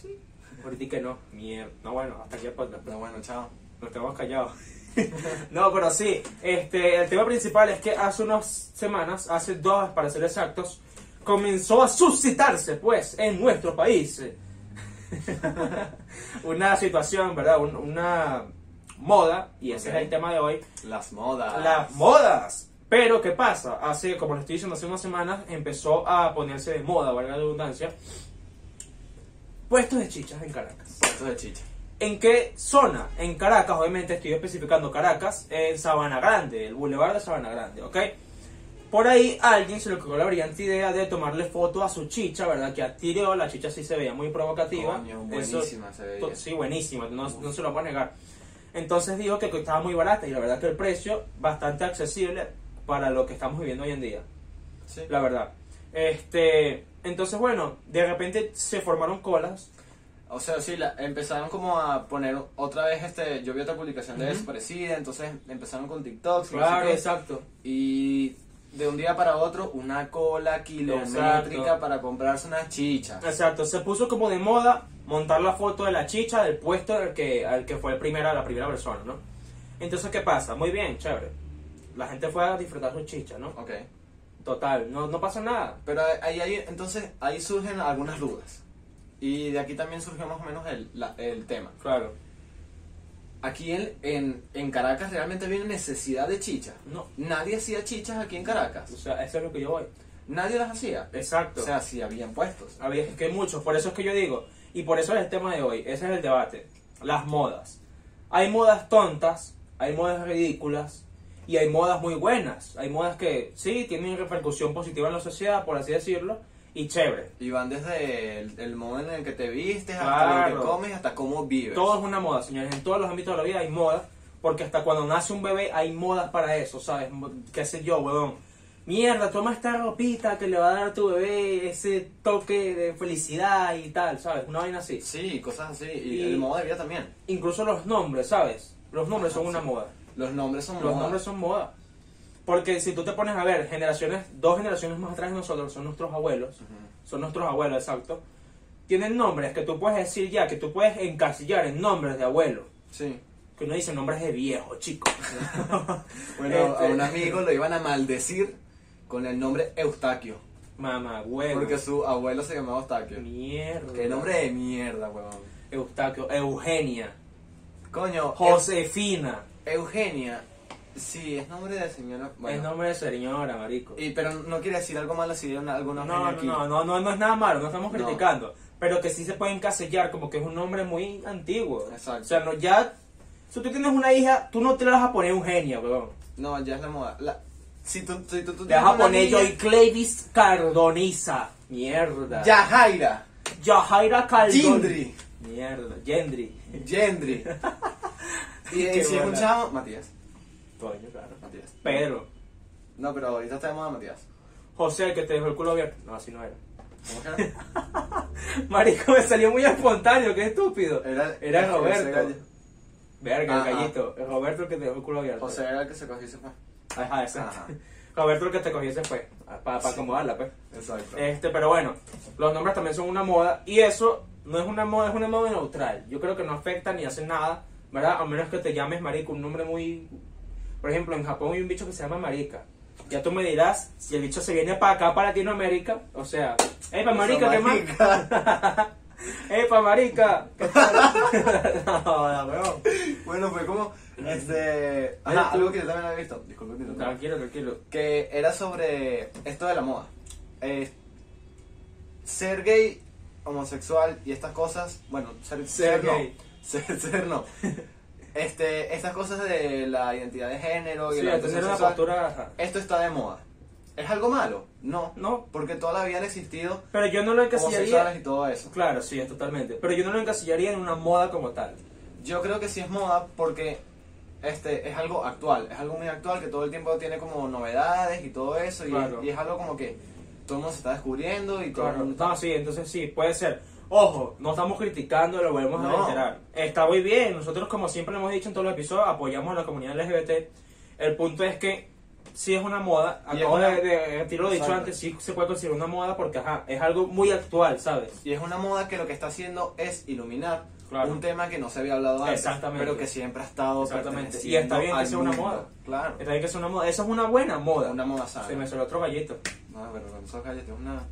[SPEAKER 1] Sí. Ahorita que no. Mierda. No, bueno, hasta aquí el podcast.
[SPEAKER 2] No, bueno, chao.
[SPEAKER 1] Nos quedamos callados. no, pero sí, este, el tema principal es que hace unas semanas, hace dos para ser exactos, comenzó a suscitarse, pues, en nuestro país eh, una situación, ¿verdad? Un- una moda, y ese
[SPEAKER 2] Ok.
[SPEAKER 1] es el tema de hoy,
[SPEAKER 2] Las modas.
[SPEAKER 1] las modas. Pero, ¿qué pasa? Hace, como les estoy diciendo, hace unas semanas empezó a ponerse de moda, valga la redundancia, puestos de chichas en Caracas.
[SPEAKER 2] Puestos de chicha.
[SPEAKER 1] ¿En qué zona? En Caracas, obviamente estoy especificando Caracas, en Sabana Grande, el bulevar de Sabana Grande, ¿ok? Por ahí a alguien se le ocurrió la brillante idea de tomarle foto a su chicha, ¿verdad? Que adquirió, la chicha sí se veía muy provocativa.
[SPEAKER 2] Coño,
[SPEAKER 1] Eso-
[SPEAKER 2] buenísima se veía.
[SPEAKER 1] to- sí, buenísima, no, no se lo puedo negar. Entonces dijo que estaba muy barata y la verdad que el precio bastante accesible para lo que estamos viviendo hoy en día
[SPEAKER 2] Sí.
[SPEAKER 1] la verdad. Este, entonces bueno, de repente se formaron colas.
[SPEAKER 2] O sea, sí, la- empezaron como a poner otra vez este. Yo vi otra publicación de
[SPEAKER 1] Ujú.
[SPEAKER 2] eso parecida, entonces empezaron con TikTok.
[SPEAKER 1] exacto.
[SPEAKER 2] Y de un día para otro, una cola kilométrica
[SPEAKER 1] Exacto.
[SPEAKER 2] para comprarse unas chichas.
[SPEAKER 1] Exacto, se puso como de moda montar la foto de la chicha del puesto al que, al que fue el primera, la primera persona, ¿no? Entonces, ¿qué pasa? Muy bien, chévere. La gente fue a disfrutar su chicha, ¿no?
[SPEAKER 2] Ok.
[SPEAKER 1] Total, no, no pasa nada.
[SPEAKER 2] Pero ahí, ahí- entonces, ahí surgen algunas dudas. Y de aquí también surgió más o menos el, la- el tema.
[SPEAKER 1] Claro.
[SPEAKER 2] Aquí en, en, en Caracas realmente había una necesidad de chichas.
[SPEAKER 1] No.
[SPEAKER 2] Nadie hacía chichas aquí en
[SPEAKER 1] O
[SPEAKER 2] Caracas.
[SPEAKER 1] sea, eso es lo que yo voy.
[SPEAKER 2] Nadie las hacía. O
[SPEAKER 1] Exacto.
[SPEAKER 2] sea, sí habían puestos.
[SPEAKER 1] Había es que hay muchos, por eso es que yo digo, y por eso es el tema de hoy, ese es el debate, las modas. Hay modas tontas, hay modas ridículas y hay modas muy buenas, hay modas que sí tienen repercusión positiva en la sociedad, por así decirlo, y chévere.
[SPEAKER 2] Y van desde el, el modo en el que te vistes, hasta
[SPEAKER 1] Claro.
[SPEAKER 2] lo que comes, hasta cómo vives.
[SPEAKER 1] Todo es una moda, señores, en todos los ámbitos de la vida hay modas, porque hasta cuando nace un bebé hay modas para eso, ¿sabes? Mo- ¿Qué sé yo, huevón? Mierda, toma esta ropita que le va a dar a tu bebé ese toque de felicidad y tal, ¿sabes? Una vaina así.
[SPEAKER 2] Sí, cosas así. Y,
[SPEAKER 1] Y-
[SPEAKER 2] el modo de vida también.
[SPEAKER 1] incluso los nombres, ¿sabes? Los nombres son una moda.
[SPEAKER 2] Los nombres son
[SPEAKER 1] Los
[SPEAKER 2] moda.
[SPEAKER 1] nombres son moda. Porque si tú te pones a ver, generaciones, dos generaciones más atrás de nosotros, son nuestros abuelos,
[SPEAKER 2] Ujú.
[SPEAKER 1] son nuestros abuelos, exacto, tienen nombres que tú puedes decir ya, que tú puedes encasillar en nombres de abuelo.
[SPEAKER 2] Sí.
[SPEAKER 1] Que uno dice nombres de viejo, chico.
[SPEAKER 2] Bueno,
[SPEAKER 1] Este-
[SPEAKER 2] a un amigo lo iban a maldecir con el nombre Eustaquio.
[SPEAKER 1] Mamá, huevo.
[SPEAKER 2] Porque su abuelo se llamaba Eustaquio.
[SPEAKER 1] Mierda.
[SPEAKER 2] Qué nombre de mierda, weón.
[SPEAKER 1] Eustaquio, Eugenia,
[SPEAKER 2] Coño,
[SPEAKER 1] Josefina.
[SPEAKER 2] Eu- Eugenia. Sí, es nombre de señora. Bueno.
[SPEAKER 1] Es nombre de señora, marico.
[SPEAKER 2] Y, pero no quiere decir algo malo si dieron alguna
[SPEAKER 1] No,
[SPEAKER 2] Eugenia
[SPEAKER 1] no,
[SPEAKER 2] aquí.
[SPEAKER 1] no, no, no, no es nada malo, no estamos
[SPEAKER 2] No.
[SPEAKER 1] criticando. Pero que sí se puede encasillar como que es un nombre muy antiguo.
[SPEAKER 2] Exacto.
[SPEAKER 1] O sea, no, ya. Si tú tienes una hija, tú no te la vas a poner Eugenia, weón.
[SPEAKER 2] No, ya es la moda. La- si tú, si tú, tú
[SPEAKER 1] Te vas a
[SPEAKER 2] tienes una
[SPEAKER 1] poner
[SPEAKER 2] niña-
[SPEAKER 1] Joy Clevis Cardoniza. Mierda.
[SPEAKER 2] Yajaira.
[SPEAKER 1] Yajaira Cardoniza.
[SPEAKER 2] Yindri.
[SPEAKER 1] Mierda. Gendry.
[SPEAKER 2] Gendry. y
[SPEAKER 1] Qué
[SPEAKER 2] eh, si es un
[SPEAKER 1] bola.
[SPEAKER 2] chavo, Matías.
[SPEAKER 1] Coño, claro.
[SPEAKER 2] Matías.
[SPEAKER 1] Pedro.
[SPEAKER 2] No, pero ahorita está de moda Matías.
[SPEAKER 1] José, el que te dejó el culo abierto. No, así no era.
[SPEAKER 2] ¿Cómo que era?
[SPEAKER 1] Marico, me salió muy espontáneo, qué estúpido.
[SPEAKER 2] Era,
[SPEAKER 1] Era
[SPEAKER 2] José
[SPEAKER 1] Roberto.
[SPEAKER 2] Gallo.
[SPEAKER 1] Verga, el
[SPEAKER 2] Ajá.
[SPEAKER 1] gallito. El Roberto, el que te dejó el culo abierto.
[SPEAKER 2] Ah, José era el que se cogió y se fue.
[SPEAKER 1] Ajá, exacto.
[SPEAKER 2] Ajá.
[SPEAKER 1] Roberto, el que te cogiese fue. Para
[SPEAKER 2] Sí.
[SPEAKER 1] acomodarla, pues.
[SPEAKER 2] Exacto.
[SPEAKER 1] Este, pero bueno, los nombres también son una moda. Y eso no es una moda, es una moda neutral. Yo creo que no afecta ni hace nada, ¿verdad? A menos que te llames marico, un nombre muy. Por ejemplo, en Japón hay un bicho que se llama marica. Ya tú me dirás si el bicho se viene para acá, para Latinoamérica. O sea, ¡Ey, pa' marica, qué más! ¡Ey, pa' marica! ¿Qué tal? no, no, weón.
[SPEAKER 2] Bueno, fue como. Este.
[SPEAKER 1] Mira,
[SPEAKER 2] Ajá,
[SPEAKER 1] tú-
[SPEAKER 2] algo que yo también había visto. Disculpe, que te interrumpa.
[SPEAKER 1] Tranquilo, tranquilo.
[SPEAKER 2] Que era sobre esto de la moda. Eh, ser gay, homosexual y estas cosas. Bueno, ser,
[SPEAKER 1] Ser
[SPEAKER 2] no.
[SPEAKER 1] gay.
[SPEAKER 2] Ser, ser no. Este, estas cosas de la identidad de género y
[SPEAKER 1] Sí,
[SPEAKER 2] la
[SPEAKER 1] a tener
[SPEAKER 2] orientación
[SPEAKER 1] una
[SPEAKER 2] sexual,
[SPEAKER 1] postura. ajá.
[SPEAKER 2] esto está de moda. ¿Es algo malo? No,
[SPEAKER 1] No,
[SPEAKER 2] porque toda la vida han existido
[SPEAKER 1] pero yo no lo
[SPEAKER 2] homosexuales
[SPEAKER 1] encasillaría.
[SPEAKER 2] y todo eso.
[SPEAKER 1] Claro, sí, es totalmente. Pero yo no lo encasillaría en una moda como tal.
[SPEAKER 2] Yo creo que sí es moda porque este es algo actual, es algo muy actual que todo el tiempo tiene como novedades y todo eso y,
[SPEAKER 1] Claro.
[SPEAKER 2] y es algo como que todo el mundo se está descubriendo y todo el
[SPEAKER 1] Claro,
[SPEAKER 2] mundo
[SPEAKER 1] no, sí, entonces sí, puede ser. Ojo, no estamos criticando, lo volvemos a
[SPEAKER 2] No.
[SPEAKER 1] reiterar. Está muy bien, nosotros como siempre lo hemos dicho en todos los episodios, apoyamos a la comunidad LGBT. El punto es que sí es una moda,
[SPEAKER 2] Y es
[SPEAKER 1] acabo
[SPEAKER 2] una-
[SPEAKER 1] de, de- te lo he dicho
[SPEAKER 2] Exacto.
[SPEAKER 1] antes, sí se puede considerar una moda porque ajá, es algo muy actual, ¿sabes?
[SPEAKER 2] Y es una moda que lo que está haciendo es iluminar
[SPEAKER 1] Claro.
[SPEAKER 2] un tema que no se había hablado antes,
[SPEAKER 1] Exactamente.
[SPEAKER 2] pero que siempre ha estado
[SPEAKER 1] Exactamente.
[SPEAKER 2] perteneciendo
[SPEAKER 1] Y está bien que
[SPEAKER 2] al
[SPEAKER 1] sea una
[SPEAKER 2] mundo.
[SPEAKER 1] moda.
[SPEAKER 2] Claro.
[SPEAKER 1] Está bien que es una moda, eso es una buena moda.
[SPEAKER 2] Una moda sana.
[SPEAKER 1] Se me salió otro gallito.
[SPEAKER 2] No, pero con esos calles tengo una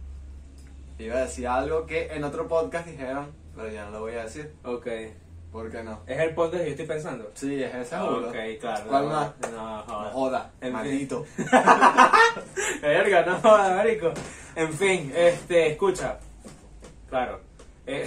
[SPEAKER 2] iba a decir algo que en otro podcast dijeron, pero ya no lo voy a decir,
[SPEAKER 1] Ok.
[SPEAKER 2] ¿por qué no?
[SPEAKER 1] Es el podcast que yo estoy pensando.
[SPEAKER 2] Sí, es ese
[SPEAKER 1] Ah,
[SPEAKER 2] seguro.
[SPEAKER 1] ok, claro.
[SPEAKER 2] ¿Cuál
[SPEAKER 1] no,
[SPEAKER 2] más?
[SPEAKER 1] No,
[SPEAKER 2] No
[SPEAKER 1] joda.
[SPEAKER 2] joda,
[SPEAKER 1] En fin.
[SPEAKER 2] maldito.
[SPEAKER 1] Verga, no, joda, marico. En fin, este, escucha. Claro. Eh,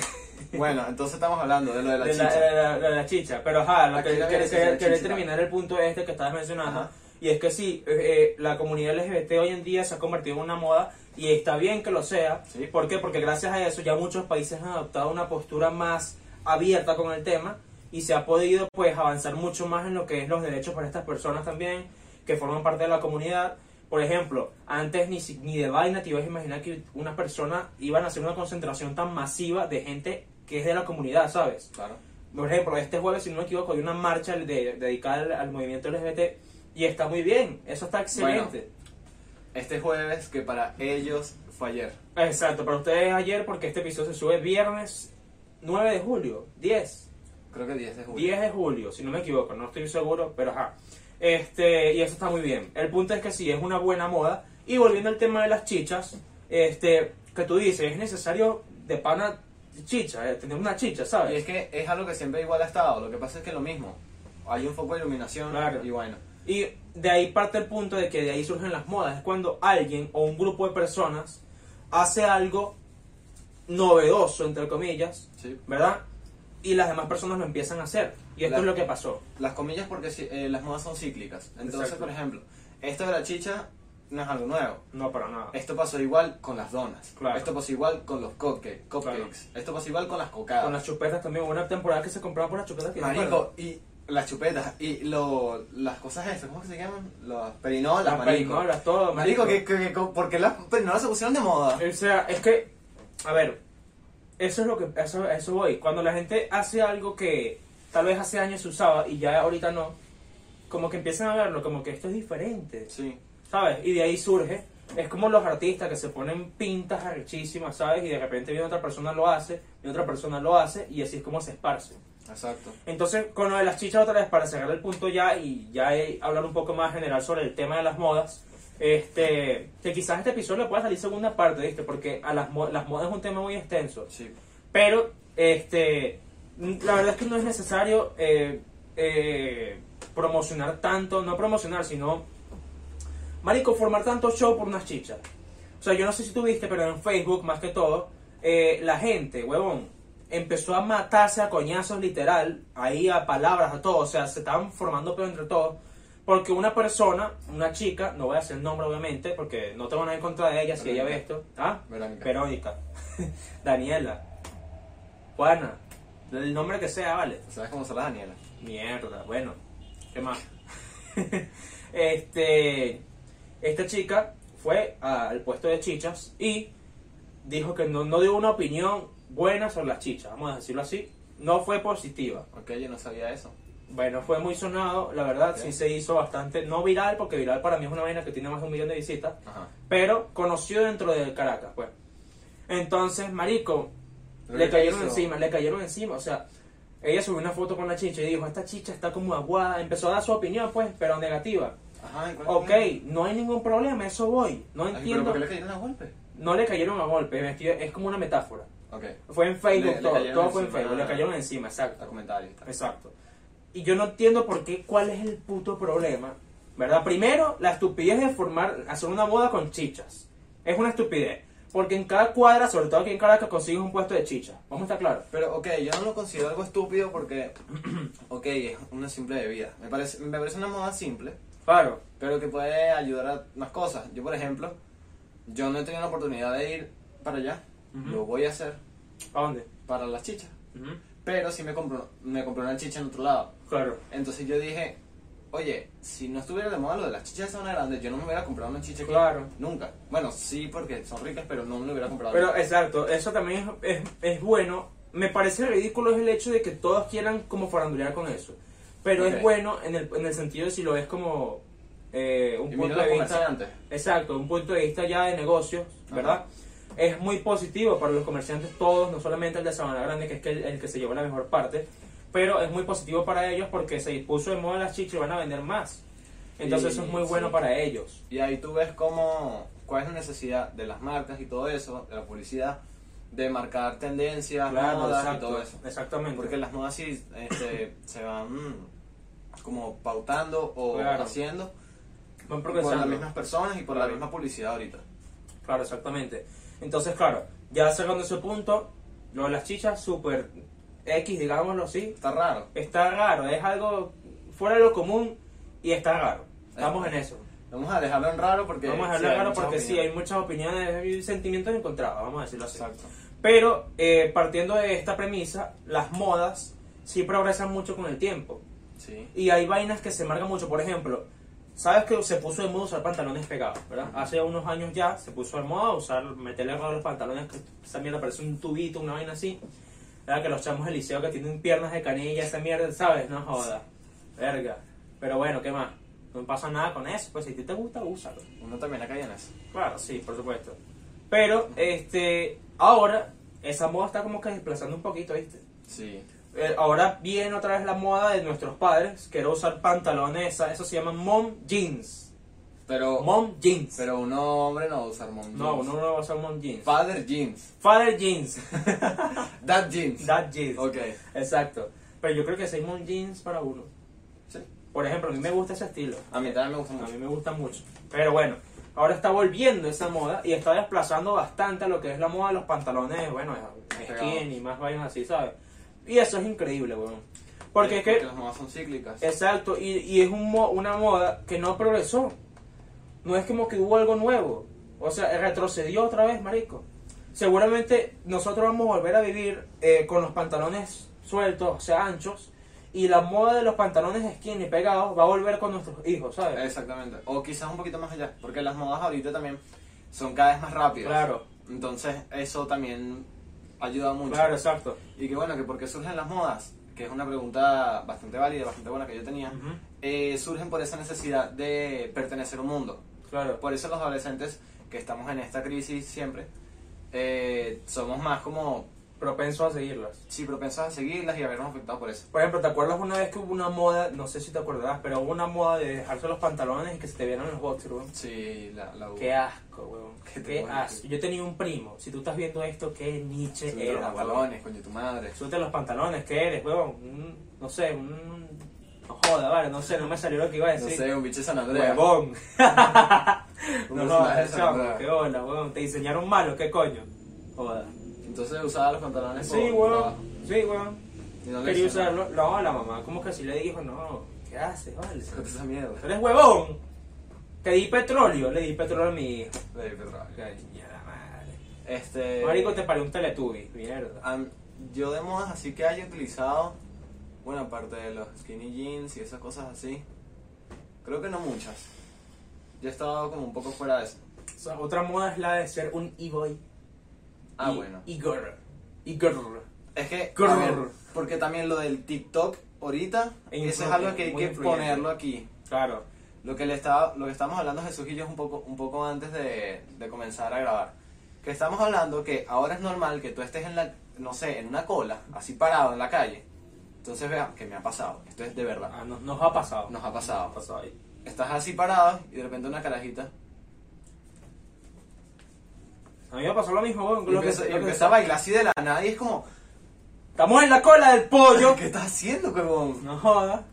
[SPEAKER 2] Bueno, entonces estamos hablando de lo de la
[SPEAKER 1] de, la, eh.
[SPEAKER 2] chicha.
[SPEAKER 1] de la- de la chicha. Pero ajá, lo
[SPEAKER 2] Aquí
[SPEAKER 1] que
[SPEAKER 2] la
[SPEAKER 1] quería
[SPEAKER 2] violencia de la chicha.
[SPEAKER 1] terminar el punto este que estabas mencionando.
[SPEAKER 2] Ajá.
[SPEAKER 1] Y es que sí, eh, eh, la comunidad LGBT hoy en día se ha convertido en una moda y está bien que lo sea.
[SPEAKER 2] Sí.
[SPEAKER 1] ¿Por qué? Porque gracias a eso ya muchos países han adoptado una postura más abierta con el tema y se ha podido pues avanzar mucho más en lo que es los derechos para estas personas también que forman parte de la comunidad. Por ejemplo, antes ni, si- ni de vaina te ibas a imaginar que una persona iban a hacer una concentración tan masiva de gente que es de la comunidad, ¿sabes?
[SPEAKER 2] Claro.
[SPEAKER 1] Por ejemplo, este jueves, si no me equivoco, hay una marcha de- dedicada al, al movimiento LGBT y está muy bien, eso está excelente.
[SPEAKER 2] Este jueves que para ellos fue ayer.
[SPEAKER 1] Exacto, para ustedes ayer, porque este episodio se sube viernes 9 de julio, 10,
[SPEAKER 2] Creo que 10 de julio.
[SPEAKER 1] 10 de julio, si no me equivoco, no estoy seguro, pero ajá. Este, y eso está muy bien. El punto es que sí, es una buena moda. Y volviendo al tema de las chichas, este, que tú dices, es necesario de pana chicha, eh, tener una chicha, ¿sabes?
[SPEAKER 2] Y es que es algo que siempre igual ha estado. Lo que pasa es que es lo mismo. Hay un foco de iluminación
[SPEAKER 1] Claro.
[SPEAKER 2] y bueno.
[SPEAKER 1] Y de ahí parte el punto de que de ahí surgen las modas. Es cuando alguien o un grupo de personas hace algo novedoso, entre comillas,
[SPEAKER 2] Sí.
[SPEAKER 1] ¿verdad? Y las demás personas lo empiezan a hacer. Y esto
[SPEAKER 2] Claro.
[SPEAKER 1] es lo que pasó.
[SPEAKER 2] Las comillas porque sí, eh, las modas son cíclicas. Entonces,
[SPEAKER 1] Exacto.
[SPEAKER 2] por ejemplo, esto de la chicha no es algo nuevo.
[SPEAKER 1] No, para nada.
[SPEAKER 2] Esto pasó igual con las donas.
[SPEAKER 1] Claro.
[SPEAKER 2] Esto pasó igual con los cupcake- cupcakes. Esto pasó igual con las cocadas.
[SPEAKER 1] Con las chupetas también. Hubo una temporada que se compraba por las chupetas. que yo me acuerdo.
[SPEAKER 2] Marico, y las chupetas, y lo, las cosas esas, ¿cómo que se llaman? Las perinolas,
[SPEAKER 1] Las
[SPEAKER 2] marico.
[SPEAKER 1] perinolas, todo, marico. Eh.
[SPEAKER 2] Marico, que, que, que- ¿por qué las perinolas se pusieron de moda?
[SPEAKER 1] O sea, es que, a ver, eso es lo que, eso, a eso voy. Cuando la gente hace algo que tal vez hace años se usaba y ya ahorita no, como que empiezan a verlo, como que esto es diferente,
[SPEAKER 2] Sí.
[SPEAKER 1] ¿sabes? Y de ahí surge. Es como los artistas que se ponen pintas arrechísimas, ¿sabes? Y de repente viene otra persona lo hace, y otra persona lo hace, y así es como se esparce.
[SPEAKER 2] Exacto.
[SPEAKER 1] Entonces, con lo de las chichas otra vez, para cerrar el punto ya y ya eh, hablar un poco más general sobre el tema de las modas, este, que quizás este episodio le pueda salir segunda parte, ¿viste? Porque a las, mo- las modas es un tema muy extenso.
[SPEAKER 2] Sí.
[SPEAKER 1] Pero, este, la verdad es que no es necesario eh, eh, promocionar tanto, no promocionar, sino, marico, formar tanto show por unas chichas. O sea, yo no sé si tú viste, pero en Facebook, más que todo, eh, la gente, huevón, empezó a matarse a coñazos literal, ahí a palabras, a todo. O sea, se estaban formando pero entre todos. Porque una persona, una chica, no voy a decir el nombre obviamente, porque no tengo nada en contra de ella si ella ve esto. ¿Ah?
[SPEAKER 2] Verónica.
[SPEAKER 1] Verónica, Daniela, Juana, el nombre que sea, vale.
[SPEAKER 2] ¿Sabes cómo son las Daniela?
[SPEAKER 1] Mierda, bueno, ¿qué más? este, esta chica fue al puesto de chichas y dijo que no, no dio una opinión buena sobre las chichas, vamos a decirlo así. No fue positiva.
[SPEAKER 2] Ok, yo no sabía eso.
[SPEAKER 1] Bueno, fue muy sonado, la verdad,
[SPEAKER 2] Ok.
[SPEAKER 1] sí se hizo bastante, no viral, porque viral para mí es una vaina que tiene más de un millón de visitas,
[SPEAKER 2] Ajá.
[SPEAKER 1] pero conocido dentro de Caracas, pues. Entonces, marico,
[SPEAKER 2] Pero
[SPEAKER 1] le
[SPEAKER 2] ¿qué
[SPEAKER 1] cayeron
[SPEAKER 2] hizo?
[SPEAKER 1] encima, le cayeron encima, o sea, ella subió una foto con la chicha y dijo, esta chicha está como aguada, empezó a dar su opinión, pues, pero negativa.
[SPEAKER 2] Ajá, ¿y cuál
[SPEAKER 1] Ok,
[SPEAKER 2] fue? Ay,
[SPEAKER 1] no hay ningún problema, eso voy, no
[SPEAKER 2] Pues, pero
[SPEAKER 1] entiendo.
[SPEAKER 2] ¿Por qué le cayeron a golpe?
[SPEAKER 1] No le cayeron a golpe, me estoy- es como una metáfora.
[SPEAKER 2] Ok.
[SPEAKER 1] Fue en Facebook
[SPEAKER 2] Le- le
[SPEAKER 1] todo,
[SPEAKER 2] cayeron
[SPEAKER 1] todo fue en
[SPEAKER 2] encima.
[SPEAKER 1] Facebook, le cayeron encima,
[SPEAKER 2] Está
[SPEAKER 1] exacto.
[SPEAKER 2] comentario. está.
[SPEAKER 1] Exacto. Y yo no entiendo por qué, cuál es el puto problema, ¿verdad? Primero, la estupidez de formar, hacer una boda con chichas. Es una estupidez. Porque en cada cuadra, sobre todo aquí en Caracas, consigues un puesto de chicha. Vamos a estar claros.
[SPEAKER 2] Pero, ok, yo no lo considero algo estúpido porque, ok, es una simple bebida. Me parece, me parece una moda simple,
[SPEAKER 1] Claro.
[SPEAKER 2] pero que puede ayudar a más cosas. Yo, por ejemplo, yo no he tenido la oportunidad de ir para allá.
[SPEAKER 1] Ujú.
[SPEAKER 2] Lo voy a hacer
[SPEAKER 1] ¿A dónde?
[SPEAKER 2] para las chichas.
[SPEAKER 1] Ujú.
[SPEAKER 2] Pero sí me compré, me compré una chicha en otro lado.
[SPEAKER 1] Claro.
[SPEAKER 2] Entonces yo dije, oye, si no estuviera de moda lo de las chichas de zona grande, yo no me hubiera comprado una chicha aquí.
[SPEAKER 1] Claro.
[SPEAKER 2] Nunca. Bueno, sí, porque son ricas, pero no me lo hubiera comprado.
[SPEAKER 1] Pero exacto, eso también es, es- es bueno. Me parece ridículo el hecho de que todos quieran como farandulear con eso. Pero
[SPEAKER 2] Ok.
[SPEAKER 1] es bueno en el, en el sentido de si lo ves como eh, un
[SPEAKER 2] y
[SPEAKER 1] punto
[SPEAKER 2] mira
[SPEAKER 1] de
[SPEAKER 2] los
[SPEAKER 1] vista.
[SPEAKER 2] comerciantes.
[SPEAKER 1] Exacto, un punto de vista ya de negocios,
[SPEAKER 2] Ajá.
[SPEAKER 1] ¿verdad? Es muy positivo para los comerciantes todos, no solamente el de Sabana Grande, que es que el, el que se llevó la mejor parte, pero es muy positivo para ellos porque se puso de moda las chichas y van a vender más. Entonces
[SPEAKER 2] Y-
[SPEAKER 1] eso es muy
[SPEAKER 2] sí.
[SPEAKER 1] bueno para ellos.
[SPEAKER 2] Y ahí tú ves cómo, cuál es la necesidad de las marcas y todo eso, de la publicidad, de marcar tendencias, modas y todo eso.
[SPEAKER 1] exactamente.
[SPEAKER 2] Porque las modas sí este, se van mm, como pautando o
[SPEAKER 1] Claro.
[SPEAKER 2] haciendo
[SPEAKER 1] Van
[SPEAKER 2] por las
[SPEAKER 1] progresando.
[SPEAKER 2] mismas personas y por la
[SPEAKER 1] Claro.
[SPEAKER 2] misma publicidad ahorita.
[SPEAKER 1] Claro, exactamente. Entonces, claro, ya cerrando ese punto, lo de las chichas, super X, digámoslo así,
[SPEAKER 2] Está raro.
[SPEAKER 1] está raro, es algo fuera de lo común y está raro. Estamos en eso.
[SPEAKER 2] Vamos a dejarlo en raro porque
[SPEAKER 1] Vamos a
[SPEAKER 2] sí,
[SPEAKER 1] hablar
[SPEAKER 2] hay
[SPEAKER 1] raro
[SPEAKER 2] muchas
[SPEAKER 1] porque sí, hay
[SPEAKER 2] opiniones.
[SPEAKER 1] muchas opiniones y sentimientos encontrados, vamos a decirlo así.
[SPEAKER 2] Exacto.
[SPEAKER 1] Pero eh, partiendo de esta premisa, las modas sí progresan mucho con el tiempo.
[SPEAKER 2] Sí.
[SPEAKER 1] Y hay vainas que se marcan mucho. Por ejemplo, sabes que se puso de moda usar pantalones pegados, ¿verdad? Hace unos años ya se puso de moda usar, meterle a los pantalones, que esa mierda parece un tubito, una vaina así. ¿Verdad? Que los chamos del liceo que tienen piernas de canilla, esa mierda, ¿sabes? No joda. Verga. Pero bueno, ¿qué más? No pasa nada con eso. Pues si a ti te gusta, úsalo.
[SPEAKER 2] Uno también la cae en eso.
[SPEAKER 1] Claro, sí, por supuesto. Pero, este, ahora, esa moda está como que desplazando un poquito, ¿viste?
[SPEAKER 2] Sí.
[SPEAKER 1] Eh, ahora viene otra vez la moda de nuestros padres, que era usar pantalones, esa- eso se llama mom jeans.
[SPEAKER 2] Pero,
[SPEAKER 1] Mom jeans.
[SPEAKER 2] pero un hombre no va a usar mom
[SPEAKER 1] no,
[SPEAKER 2] jeans.
[SPEAKER 1] uno no va a usar mom jeans.
[SPEAKER 2] Father jeans.
[SPEAKER 1] Father jeans.
[SPEAKER 2] Dad jeans.
[SPEAKER 1] Dad jeans.
[SPEAKER 2] Ok.
[SPEAKER 1] Exacto. Pero yo creo que es mom jeans para uno.
[SPEAKER 2] Sí.
[SPEAKER 1] Por ejemplo, a mí me gusta ese estilo.
[SPEAKER 2] A mí también me gusta
[SPEAKER 1] A
[SPEAKER 2] mucho.
[SPEAKER 1] mí me gusta mucho. Pero bueno, ahora está volviendo esa moda y está desplazando bastante a lo que es la moda de los pantalones, bueno, skin y más vainas así, ¿sabes? Y eso es increíble, weón. Porque es que...
[SPEAKER 2] las mamás son cíclicas.
[SPEAKER 1] Exacto, y, y es un mo- una moda que no progresó. No es como que hubo algo nuevo. O sea, retrocedió otra vez, marico. Seguramente nosotros vamos a volver a vivir eh, con los pantalones sueltos, o sea, anchos. Y la moda de los pantalones skinny pegados va a volver con nuestros hijos, ¿sabes?
[SPEAKER 2] Exactamente. O quizás un poquito más allá. Porque las modas ahorita también son cada vez más rápidas.
[SPEAKER 1] Claro,
[SPEAKER 2] Entonces, eso también ayuda mucho.
[SPEAKER 1] claro, exacto.
[SPEAKER 2] Y que bueno, que porque surgen las modas, que es una pregunta bastante válida, bastante buena que yo tenía,
[SPEAKER 1] Ujú,
[SPEAKER 2] eh, surgen por esa necesidad de pertenecer a un mundo.
[SPEAKER 1] Claro, pues,
[SPEAKER 2] Por eso los adolescentes que estamos en esta crisis siempre, eh, somos más como,
[SPEAKER 1] propenso a seguirlas.
[SPEAKER 2] si propensos a seguirlas y a vernos afectados por eso.
[SPEAKER 1] Por ejemplo, ¿te acuerdas una vez que hubo una moda, no sé si te acordarás, pero hubo una moda de dejarse los pantalones y que se te vieran los boxers, weón?
[SPEAKER 2] Sí, la, la
[SPEAKER 1] Qué asco, weón.
[SPEAKER 2] ¿Qué te
[SPEAKER 1] Qué
[SPEAKER 2] puedo
[SPEAKER 1] asco.
[SPEAKER 2] decir?
[SPEAKER 1] Yo tenía un primo. Si tú estás viendo esto, qué Nietzsche
[SPEAKER 2] Súbete los
[SPEAKER 1] era, weón.
[SPEAKER 2] pantalones, coño, tu madre.
[SPEAKER 1] Súbete los pantalones, ¿qué eres, weón? Un- no sé, un. No joda, vale, no sé, no me salió lo que iba a
[SPEAKER 2] No
[SPEAKER 1] decir.
[SPEAKER 2] sé, un bicho de San Andreas.
[SPEAKER 1] Huevón.
[SPEAKER 2] Un
[SPEAKER 1] no
[SPEAKER 2] personaje de
[SPEAKER 1] jodas,
[SPEAKER 2] San
[SPEAKER 1] chamo,
[SPEAKER 2] Andreas.
[SPEAKER 1] qué onda, weón. Te diseñaron malo, qué coño. Joda.
[SPEAKER 2] Entonces usaba los pantalones
[SPEAKER 1] Sí,
[SPEAKER 2] por-
[SPEAKER 1] weón. Sí, weón.
[SPEAKER 2] Y no le
[SPEAKER 1] Quería
[SPEAKER 2] decía nada.
[SPEAKER 1] usarlo. No, la mamá, como que así le dijo, no, ¿qué haces, vale?
[SPEAKER 2] Escúchate esa mierda.
[SPEAKER 1] Tú eres huevón. Te di petróleo, le di petróleo a mi hijo.
[SPEAKER 2] Ey, pero, ok.
[SPEAKER 1] Mierda madre.
[SPEAKER 2] Este...
[SPEAKER 1] Marico, te parió un Teletubby, mierda.
[SPEAKER 2] am- yo de modas así que haya utilizado, bueno, aparte de los skinny jeans y esas cosas así, creo que no muchas. Yo he estado como un poco fuera de eso.
[SPEAKER 1] O sea, otra moda es la de ser un e-boy.
[SPEAKER 2] Ah,
[SPEAKER 1] y-
[SPEAKER 2] bueno.
[SPEAKER 1] Y girl. Y girl.
[SPEAKER 2] Es que, a
[SPEAKER 1] Grrr.
[SPEAKER 2] ver, porque también lo del TikTok ahorita,
[SPEAKER 1] E
[SPEAKER 2] eso es algo que hay
[SPEAKER 1] muy
[SPEAKER 2] que
[SPEAKER 1] influyente.
[SPEAKER 2] ponerlo aquí.
[SPEAKER 1] Claro.
[SPEAKER 2] Lo que le estaba, lo que estamos hablando Jesús y yo es un poco, un poco antes de, de comenzar a grabar. Que estamos hablando que ahora es normal que tú estés en la, no sé, en una cola, así parado en la calle. Entonces vean que me ha pasado, esto es de verdad.
[SPEAKER 1] Ah, nos, nos ha pasado.
[SPEAKER 2] Nos ha pasado.
[SPEAKER 1] Nos ha pasado ahí.
[SPEAKER 2] Estás así parado y de repente una carajita
[SPEAKER 1] A mí me pasó lo mismo, weón, lo que-
[SPEAKER 2] empieza,
[SPEAKER 1] lo que-
[SPEAKER 2] empieza a bailar así de la nada y es como,
[SPEAKER 1] Estamos en la cola del pollo.
[SPEAKER 2] ¿qué estás haciendo, huevón?
[SPEAKER 1] no joda.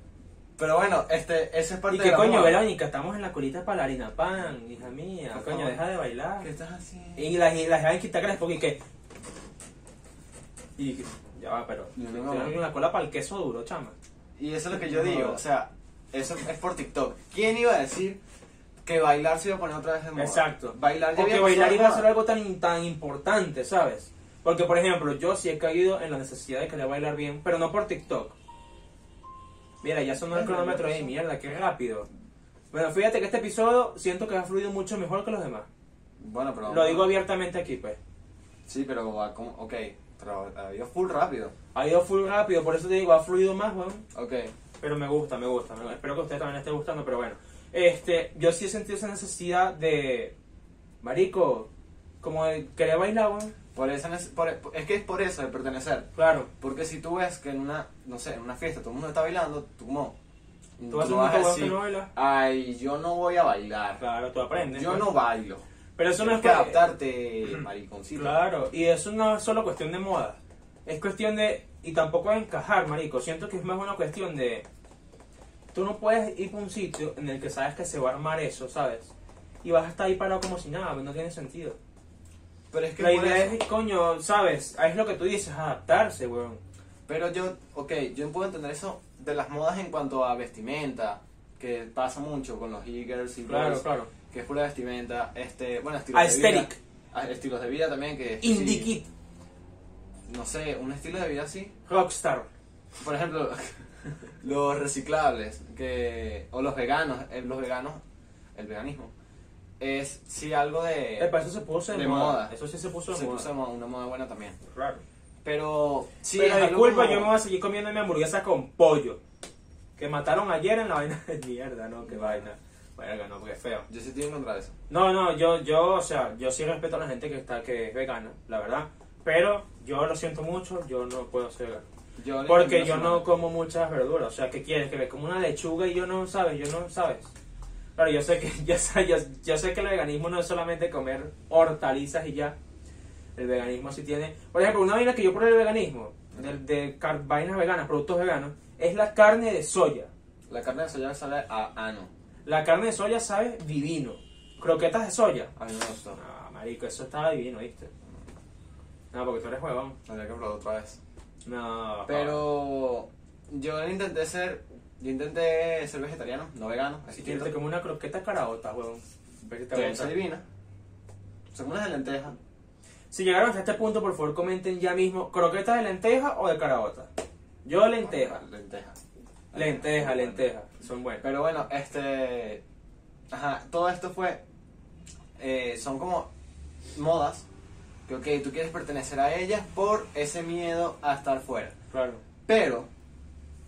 [SPEAKER 2] Pero bueno, este, esa es parte
[SPEAKER 1] ¿Y
[SPEAKER 2] de
[SPEAKER 1] qué
[SPEAKER 2] la
[SPEAKER 1] coño,
[SPEAKER 2] moda.
[SPEAKER 1] Verónica? Estamos en la colita para la harina pan, hija mía.
[SPEAKER 2] Por
[SPEAKER 1] coño,
[SPEAKER 2] favor.
[SPEAKER 1] deja de bailar.
[SPEAKER 2] ¿Qué estás haciendo?
[SPEAKER 1] Y las, y las dejan quitar crespo y que. Y que- ya va, pero.
[SPEAKER 2] No, no,
[SPEAKER 1] tienen
[SPEAKER 2] no.
[SPEAKER 1] la cola para el queso duro, chama.
[SPEAKER 2] Y eso es lo que yo digo,
[SPEAKER 1] Moda.
[SPEAKER 2] o sea, eso es por TikTok. ¿Quién iba a decir que bailar se iba a poner otra vez de moda?
[SPEAKER 1] Exacto.
[SPEAKER 2] Bailar ya
[SPEAKER 1] Porque
[SPEAKER 2] había
[SPEAKER 1] bailar
[SPEAKER 2] pasado
[SPEAKER 1] iba a
[SPEAKER 2] de
[SPEAKER 1] ser
[SPEAKER 2] moda.
[SPEAKER 1] algo tan, tan importante, ¿sabes? Porque, por ejemplo, yo sí he caído en la necesidad de querer bailar bien, pero no por TikTok. Mira, ya sonó el
[SPEAKER 2] Bueno,
[SPEAKER 1] cronómetro
[SPEAKER 2] ya
[SPEAKER 1] ahí,
[SPEAKER 2] pasó.
[SPEAKER 1] mierda, qué rápido. Bueno, fíjate que este episodio siento que ha fluido mucho mejor que los demás.
[SPEAKER 2] Bueno, pero...
[SPEAKER 1] Lo digo abiertamente aquí, pues.
[SPEAKER 2] Sí, pero como, a- como ok, pero ha ido full rápido.
[SPEAKER 1] Ha ido full rápido, por eso te digo, ha fluido más, weón.
[SPEAKER 2] Ok,
[SPEAKER 1] Pero me gusta, me gusta, me gusta. Espero que a ustedes también les esté gustando, pero bueno. Este, yo sí he sentido esa necesidad de. Marico, como de querer bailar, weón.
[SPEAKER 2] por eso, es- por- es que es por eso de pertenecer.
[SPEAKER 1] Claro.
[SPEAKER 2] Porque si tú ves que en una, no sé, en una fiesta todo el mundo está bailando, tú como...
[SPEAKER 1] Tú vas a ser
[SPEAKER 2] no
[SPEAKER 1] un
[SPEAKER 2] vas a
[SPEAKER 1] cabrón que
[SPEAKER 2] decir,
[SPEAKER 1] no baila.
[SPEAKER 2] Ay, yo no voy a bailar.
[SPEAKER 1] Claro, tú aprendes.
[SPEAKER 2] Yo
[SPEAKER 1] pues.
[SPEAKER 2] no bailo.
[SPEAKER 1] Pero eso no
[SPEAKER 2] Tienes
[SPEAKER 1] es
[SPEAKER 2] que
[SPEAKER 1] que-
[SPEAKER 2] adaptarte, mariconcito.
[SPEAKER 1] Claro, y eso no es solo cuestión de moda. Es cuestión de. Y tampoco de encajar, marico. Siento que es más una cuestión de. Tú no puedes ir a un sitio en el que sabes que se va a armar eso, ¿sabes? Y vas a estar ahí parado como si nada, no tiene sentido.
[SPEAKER 2] Pero es que
[SPEAKER 1] La
[SPEAKER 2] por
[SPEAKER 1] idea
[SPEAKER 2] eso-
[SPEAKER 1] es, coño, ¿sabes? Ah, Es lo que tú dices, adaptarse, weón.
[SPEAKER 2] Pero yo, ok, yo puedo entender eso de las modas en cuanto a vestimenta, que pasa mucho con los e-girls y boys,
[SPEAKER 1] claro.
[SPEAKER 2] que es pura vestimenta, este, bueno, estilos de
[SPEAKER 1] Aesthetic.
[SPEAKER 2] vida. Ah, Estilos de vida también, que este, sí,
[SPEAKER 1] Indie Kid,
[SPEAKER 2] no sé, un estilo de vida así.
[SPEAKER 1] Rockstar.
[SPEAKER 2] Por ejemplo, los reciclables, que, o los veganos, eh, los veganos, el veganismo, es sí algo de...
[SPEAKER 1] Epa, eso se puso de,
[SPEAKER 2] Eh, de
[SPEAKER 1] moda.
[SPEAKER 2] moda.
[SPEAKER 1] Eso sí se puso de
[SPEAKER 2] se
[SPEAKER 1] moda.
[SPEAKER 2] puso de moda, una moda buena también.
[SPEAKER 1] Claro.
[SPEAKER 2] Pero, sí, es
[SPEAKER 1] Pero
[SPEAKER 2] algo
[SPEAKER 1] disculpa,
[SPEAKER 2] como-
[SPEAKER 1] yo me voy a seguir comiendo mi hamburguesa con pollo. Que mataron ayer en la vaina de mierda, ¿no? Qué vaina. Verga, no, porque es feo.
[SPEAKER 2] Yo sí estoy en contra de eso.
[SPEAKER 1] No, no, yo, yo, o sea, yo sí respeto a la gente que está, que es vegana, la verdad. Pero yo lo siento mucho, yo no puedo ser vegano.
[SPEAKER 2] Yo le
[SPEAKER 1] Porque
[SPEAKER 2] cambio
[SPEAKER 1] yo
[SPEAKER 2] su
[SPEAKER 1] no
[SPEAKER 2] nombre.
[SPEAKER 1] como muchas verduras. O sea, ¿qué quieres? Que me como una lechuga y yo no sabes, yo no sabes. Claro, yo sé que, yo sé, yo, yo sé que el veganismo no es solamente comer hortalizas y ya. El veganismo sí tiene. Por ejemplo, una vaina que yo probé el veganismo, de, de car- vainas veganas, productos veganos, es la carne de soya.
[SPEAKER 2] La carne de soya sabe a ah, ano.
[SPEAKER 1] La carne de soya sabe divino. Croquetas de soya.
[SPEAKER 2] A mí no me gustó.
[SPEAKER 1] No, marico, eso estaba divino, ¿viste? No, porque tú eres huevón.
[SPEAKER 2] Tendría que probar otra vez.
[SPEAKER 1] No.
[SPEAKER 2] Pero yo intenté ser. Yo intenté ser vegetariano, no vegano. Así
[SPEAKER 1] Si
[SPEAKER 2] que
[SPEAKER 1] quieres te como una croqueta caraota, huevón. Vete, te
[SPEAKER 2] te
[SPEAKER 1] gusta.
[SPEAKER 2] divina. Son unas de lenteja.
[SPEAKER 1] Si llegaron hasta este punto, por favor comenten ya mismo, ¿croquetas de lenteja o de caraota? Yo lenteja.
[SPEAKER 2] Lenteja.
[SPEAKER 1] Lenteja,
[SPEAKER 2] Bueno.
[SPEAKER 1] lenteja. Son buenas.
[SPEAKER 2] Pero bueno, este. Ajá, todo esto fue. eh, son como modas que, ok, tú quieres pertenecer a ellas por ese miedo a estar fuera.
[SPEAKER 1] Claro.
[SPEAKER 2] Pero,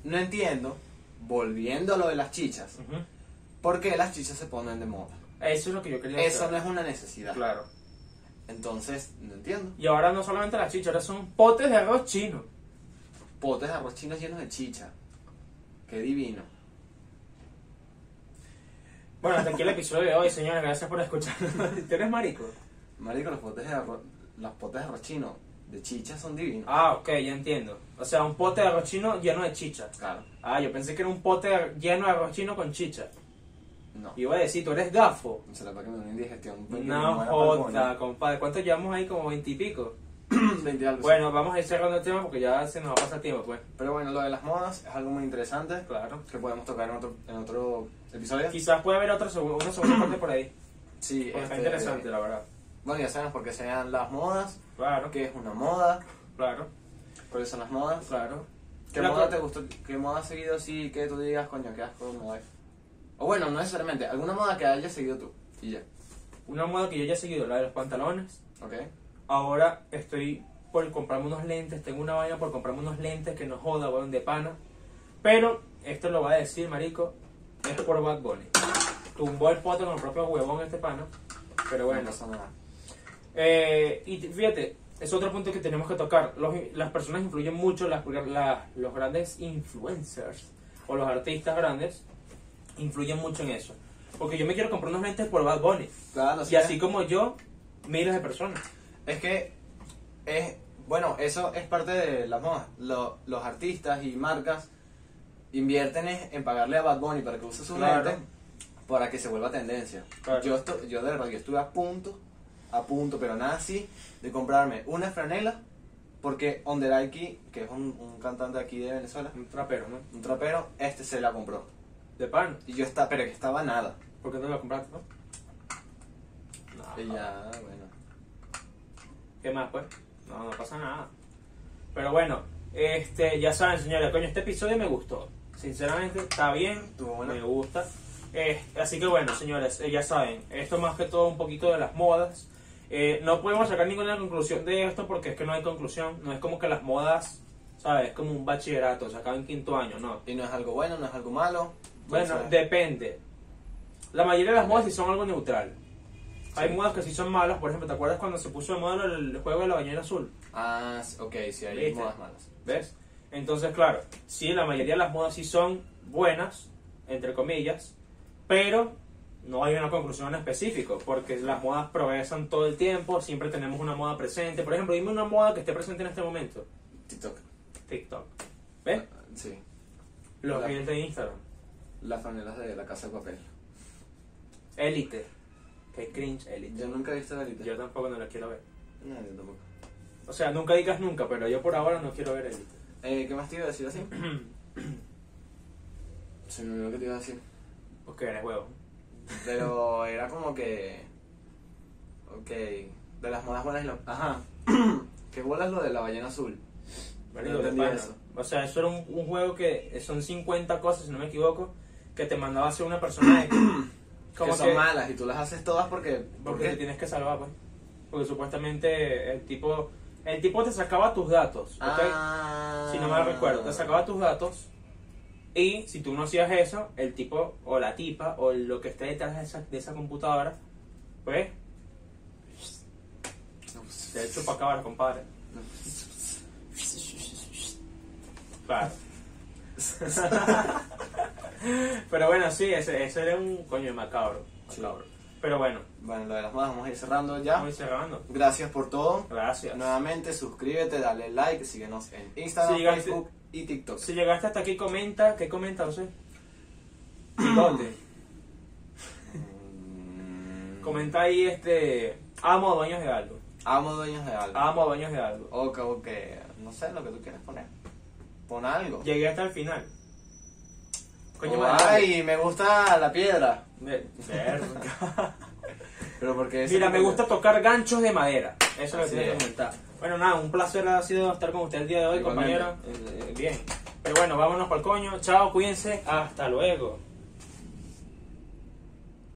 [SPEAKER 2] no entiendo, volviendo a lo de las chichas,
[SPEAKER 1] Ujú.
[SPEAKER 2] ¿por qué las chichas se ponen de moda?
[SPEAKER 1] Eso es lo que yo quería
[SPEAKER 2] Eso no
[SPEAKER 1] saber.
[SPEAKER 2] es una necesidad.
[SPEAKER 1] Claro.
[SPEAKER 2] Entonces, no entiendo.
[SPEAKER 1] Y ahora no solamente las chichas, ahora son potes de arroz chino.
[SPEAKER 2] Potes de arroz chinos llenos de chicha. Qué divino.
[SPEAKER 1] Bueno, hasta aquí el episodio de hoy, señores. Gracias por escucharnos. ¿Tú eres marico?
[SPEAKER 2] Marico, los potes de arroz, los potes de arroz chino de chicha son divinos.
[SPEAKER 1] Ah, ok, ya entiendo. O sea, un pote de arroz chino lleno de chicha.
[SPEAKER 2] Claro.
[SPEAKER 1] Ah, yo pensé que era un pote de- lleno de arroz chino con chicha.
[SPEAKER 2] No.
[SPEAKER 1] Iba a decir, tú eres gafo.
[SPEAKER 2] Se la para que me dé una indigestión. porque me
[SPEAKER 1] No
[SPEAKER 2] muera
[SPEAKER 1] joda,
[SPEAKER 2] por
[SPEAKER 1] compadre. ¿Cuánto llevamos ahí? Como veintipico.
[SPEAKER 2] el coño. 20 algo.
[SPEAKER 1] Bueno, vamos a ir cerrando el tema porque ya se nos va a pasar tiempo, pues.
[SPEAKER 2] Pero bueno, lo de las modas es algo muy interesante
[SPEAKER 1] Claro.
[SPEAKER 2] que podemos tocar en otro, en otro episodio.
[SPEAKER 1] Quizás puede haber otra segu- una segunda parte por ahí.
[SPEAKER 2] Sí,
[SPEAKER 1] Porque Pues está
[SPEAKER 2] este,
[SPEAKER 1] interesante, la verdad.
[SPEAKER 2] Bueno, ya sabemos por qué se dan las modas,
[SPEAKER 1] Claro,
[SPEAKER 2] qué es una moda,
[SPEAKER 1] claro,
[SPEAKER 2] cuáles son las modas.
[SPEAKER 1] claro.
[SPEAKER 2] ¿Qué
[SPEAKER 1] La
[SPEAKER 2] moda
[SPEAKER 1] co-
[SPEAKER 2] te gustó? ¿Qué moda has seguido sí que tú digas, coño, qué asco me doy? O bueno, no necesariamente, alguna moda que hayas seguido tú y ya,
[SPEAKER 1] Una moda que yo ya he seguido, la de los pantalones.
[SPEAKER 2] ¿ok?
[SPEAKER 1] Ahora estoy por comprarme unos lentes. Tengo una vaina por comprarme unos lentes que no joda, weón, de pana. Pero, esto lo va a decir, marico, es por Bad Bunny. Tumbó el pote con el propio huevón este pana. Pero
[SPEAKER 2] No
[SPEAKER 1] bueno.
[SPEAKER 2] pasa nada.
[SPEAKER 1] Eh, y t- fíjate, es otro punto que tenemos que tocar. Los in- las personas influyen mucho, las, la- los grandes influencers o los artistas grandes influyen mucho en eso. Porque yo me quiero comprar unos lentes por Bad Bunny.
[SPEAKER 2] Claro, sí,
[SPEAKER 1] Y así como yo, miles de personas.
[SPEAKER 2] Es que, es, bueno, eso es parte de las modas. Lo- los artistas y marcas invierten es en pagarle a Bad Bunny para que use su
[SPEAKER 1] Claro.
[SPEAKER 2] lente para que se vuelva tendencia.
[SPEAKER 1] Claro.
[SPEAKER 2] Yo, estu- yo de verdad, yo estuve a punto, a punto, pero nada así, de comprarme una franela porque Onderaiki, que es un, un cantante aquí de Venezuela,
[SPEAKER 1] Un trapero, ¿no?
[SPEAKER 2] un trapero, este se la compró.
[SPEAKER 1] De pan.
[SPEAKER 2] Y yo estaba, pero que estaba nada.
[SPEAKER 1] ¿Por qué no lo compraste, no?
[SPEAKER 2] Y ya, bueno.
[SPEAKER 1] ¿Qué más, pues? No, no pasa nada. Pero bueno, este, ya saben, señores, coño, este episodio me gustó. Sinceramente, está bien,
[SPEAKER 2] Estuvo bueno.
[SPEAKER 1] me gusta. Eh, así que bueno, señores, eh, ya saben, esto más que todo un poquito de las modas. Eh, no podemos sacar ninguna conclusión de esto porque es que no hay conclusión. No es como que las modas, ¿sabes? Es como un bachillerato, se acaba en quinto año, no.
[SPEAKER 2] Y no es algo bueno, no es algo malo.
[SPEAKER 1] Bueno,
[SPEAKER 2] Entonces,
[SPEAKER 1] depende. La mayoría de las modas sí son algo neutral. Hay modas que sí son malas, por ejemplo, ¿te acuerdas cuando se puso de moda el juego de la bañera azul?
[SPEAKER 2] Ah, s- ok, sí, hay
[SPEAKER 1] ¿Viste?
[SPEAKER 2] modas malas.
[SPEAKER 1] ¿Ves? Entonces, claro, sí, la mayoría de las modas sí son buenas, entre comillas, pero no hay una conclusión en específico, porque las modas progresan todo el tiempo, siempre tenemos una moda presente. Por ejemplo, dime una moda que esté presente en este momento.
[SPEAKER 2] TikTok.
[SPEAKER 1] TikTok. ¿Ves?
[SPEAKER 2] Ah, Sí.
[SPEAKER 1] Los
[SPEAKER 2] Claro.
[SPEAKER 1] clientes de Instagram.
[SPEAKER 2] Las franelas de la casa de papel.
[SPEAKER 1] Élite. Que cringe, élite.
[SPEAKER 2] Yo nunca he visto la lista.
[SPEAKER 1] Yo tampoco no la quiero ver.
[SPEAKER 2] No, yo tampoco.
[SPEAKER 1] O sea, nunca digas nunca, pero yo por ahora no quiero ver élite.
[SPEAKER 2] Eh, ¿Qué más te iba a decir así? Se me olvidó que te iba a decir.
[SPEAKER 1] Porque eres huevo.
[SPEAKER 2] Pero era como que. Ok. De las modas buenas y lo. Ajá. que bolas lo de la ballena azul.
[SPEAKER 1] Marico,
[SPEAKER 2] No
[SPEAKER 1] de
[SPEAKER 2] entendí
[SPEAKER 1] pana.
[SPEAKER 2] eso.
[SPEAKER 1] O sea, eso era un, un juego que eh, son 50 cosas, si no me equivoco, que te mandaba a hacer una persona de-
[SPEAKER 2] que son malas y tú las haces todas porque.
[SPEAKER 1] Porque te tienes que salvar, pues. Porque supuestamente el tipo el tipo te sacaba tus datos, ¿ok?
[SPEAKER 2] Ah.
[SPEAKER 1] Si no mal recuerdo, te sacaba tus datos y si tú no hacías eso, el tipo o la tipa o lo que esté detrás de esa, de esa computadora, pues
[SPEAKER 2] pues,
[SPEAKER 1] te chupa acabar, compadre. Claro. Pero bueno, sí, ese, ese era un coño macabro.
[SPEAKER 2] Sí.
[SPEAKER 1] macabro. Pero bueno,
[SPEAKER 2] Bueno, lo de las modas vamos a ir cerrando ya.
[SPEAKER 1] voy cerrando.
[SPEAKER 2] Gracias por todo.
[SPEAKER 1] Gracias.
[SPEAKER 2] Nuevamente, suscríbete, dale like, síguenos en Instagram,
[SPEAKER 1] Si llegaste-
[SPEAKER 2] Facebook y TikTok.
[SPEAKER 1] Si llegaste hasta aquí, comenta. ¿Qué comenta, José? Bigote.
[SPEAKER 2] Mm.
[SPEAKER 1] comenta ahí, este. Amo a dueños de algo.
[SPEAKER 2] Amo dueños de algo.
[SPEAKER 1] Amo a dueños de algo.
[SPEAKER 2] O que, o que- no sé lo que tú quieras poner. Pon algo.
[SPEAKER 1] Llegué hasta el final. Coño,
[SPEAKER 2] O,
[SPEAKER 1] madre.
[SPEAKER 2] Oh, ay, me gusta la piedra.
[SPEAKER 1] Ve- verga.
[SPEAKER 2] Pero porque
[SPEAKER 1] Mira, me gusta tocar ganchos de madera. Eso es lo que
[SPEAKER 2] Así
[SPEAKER 1] tienes que
[SPEAKER 2] es.
[SPEAKER 1] comentar. Bueno, nada, un placer ha sido estar con usted el día de hoy,
[SPEAKER 2] Igualmente.
[SPEAKER 1] compañero. Eh, eh, bien. Pero bueno, vámonos para el coño. Chao, cuídense. Hasta luego.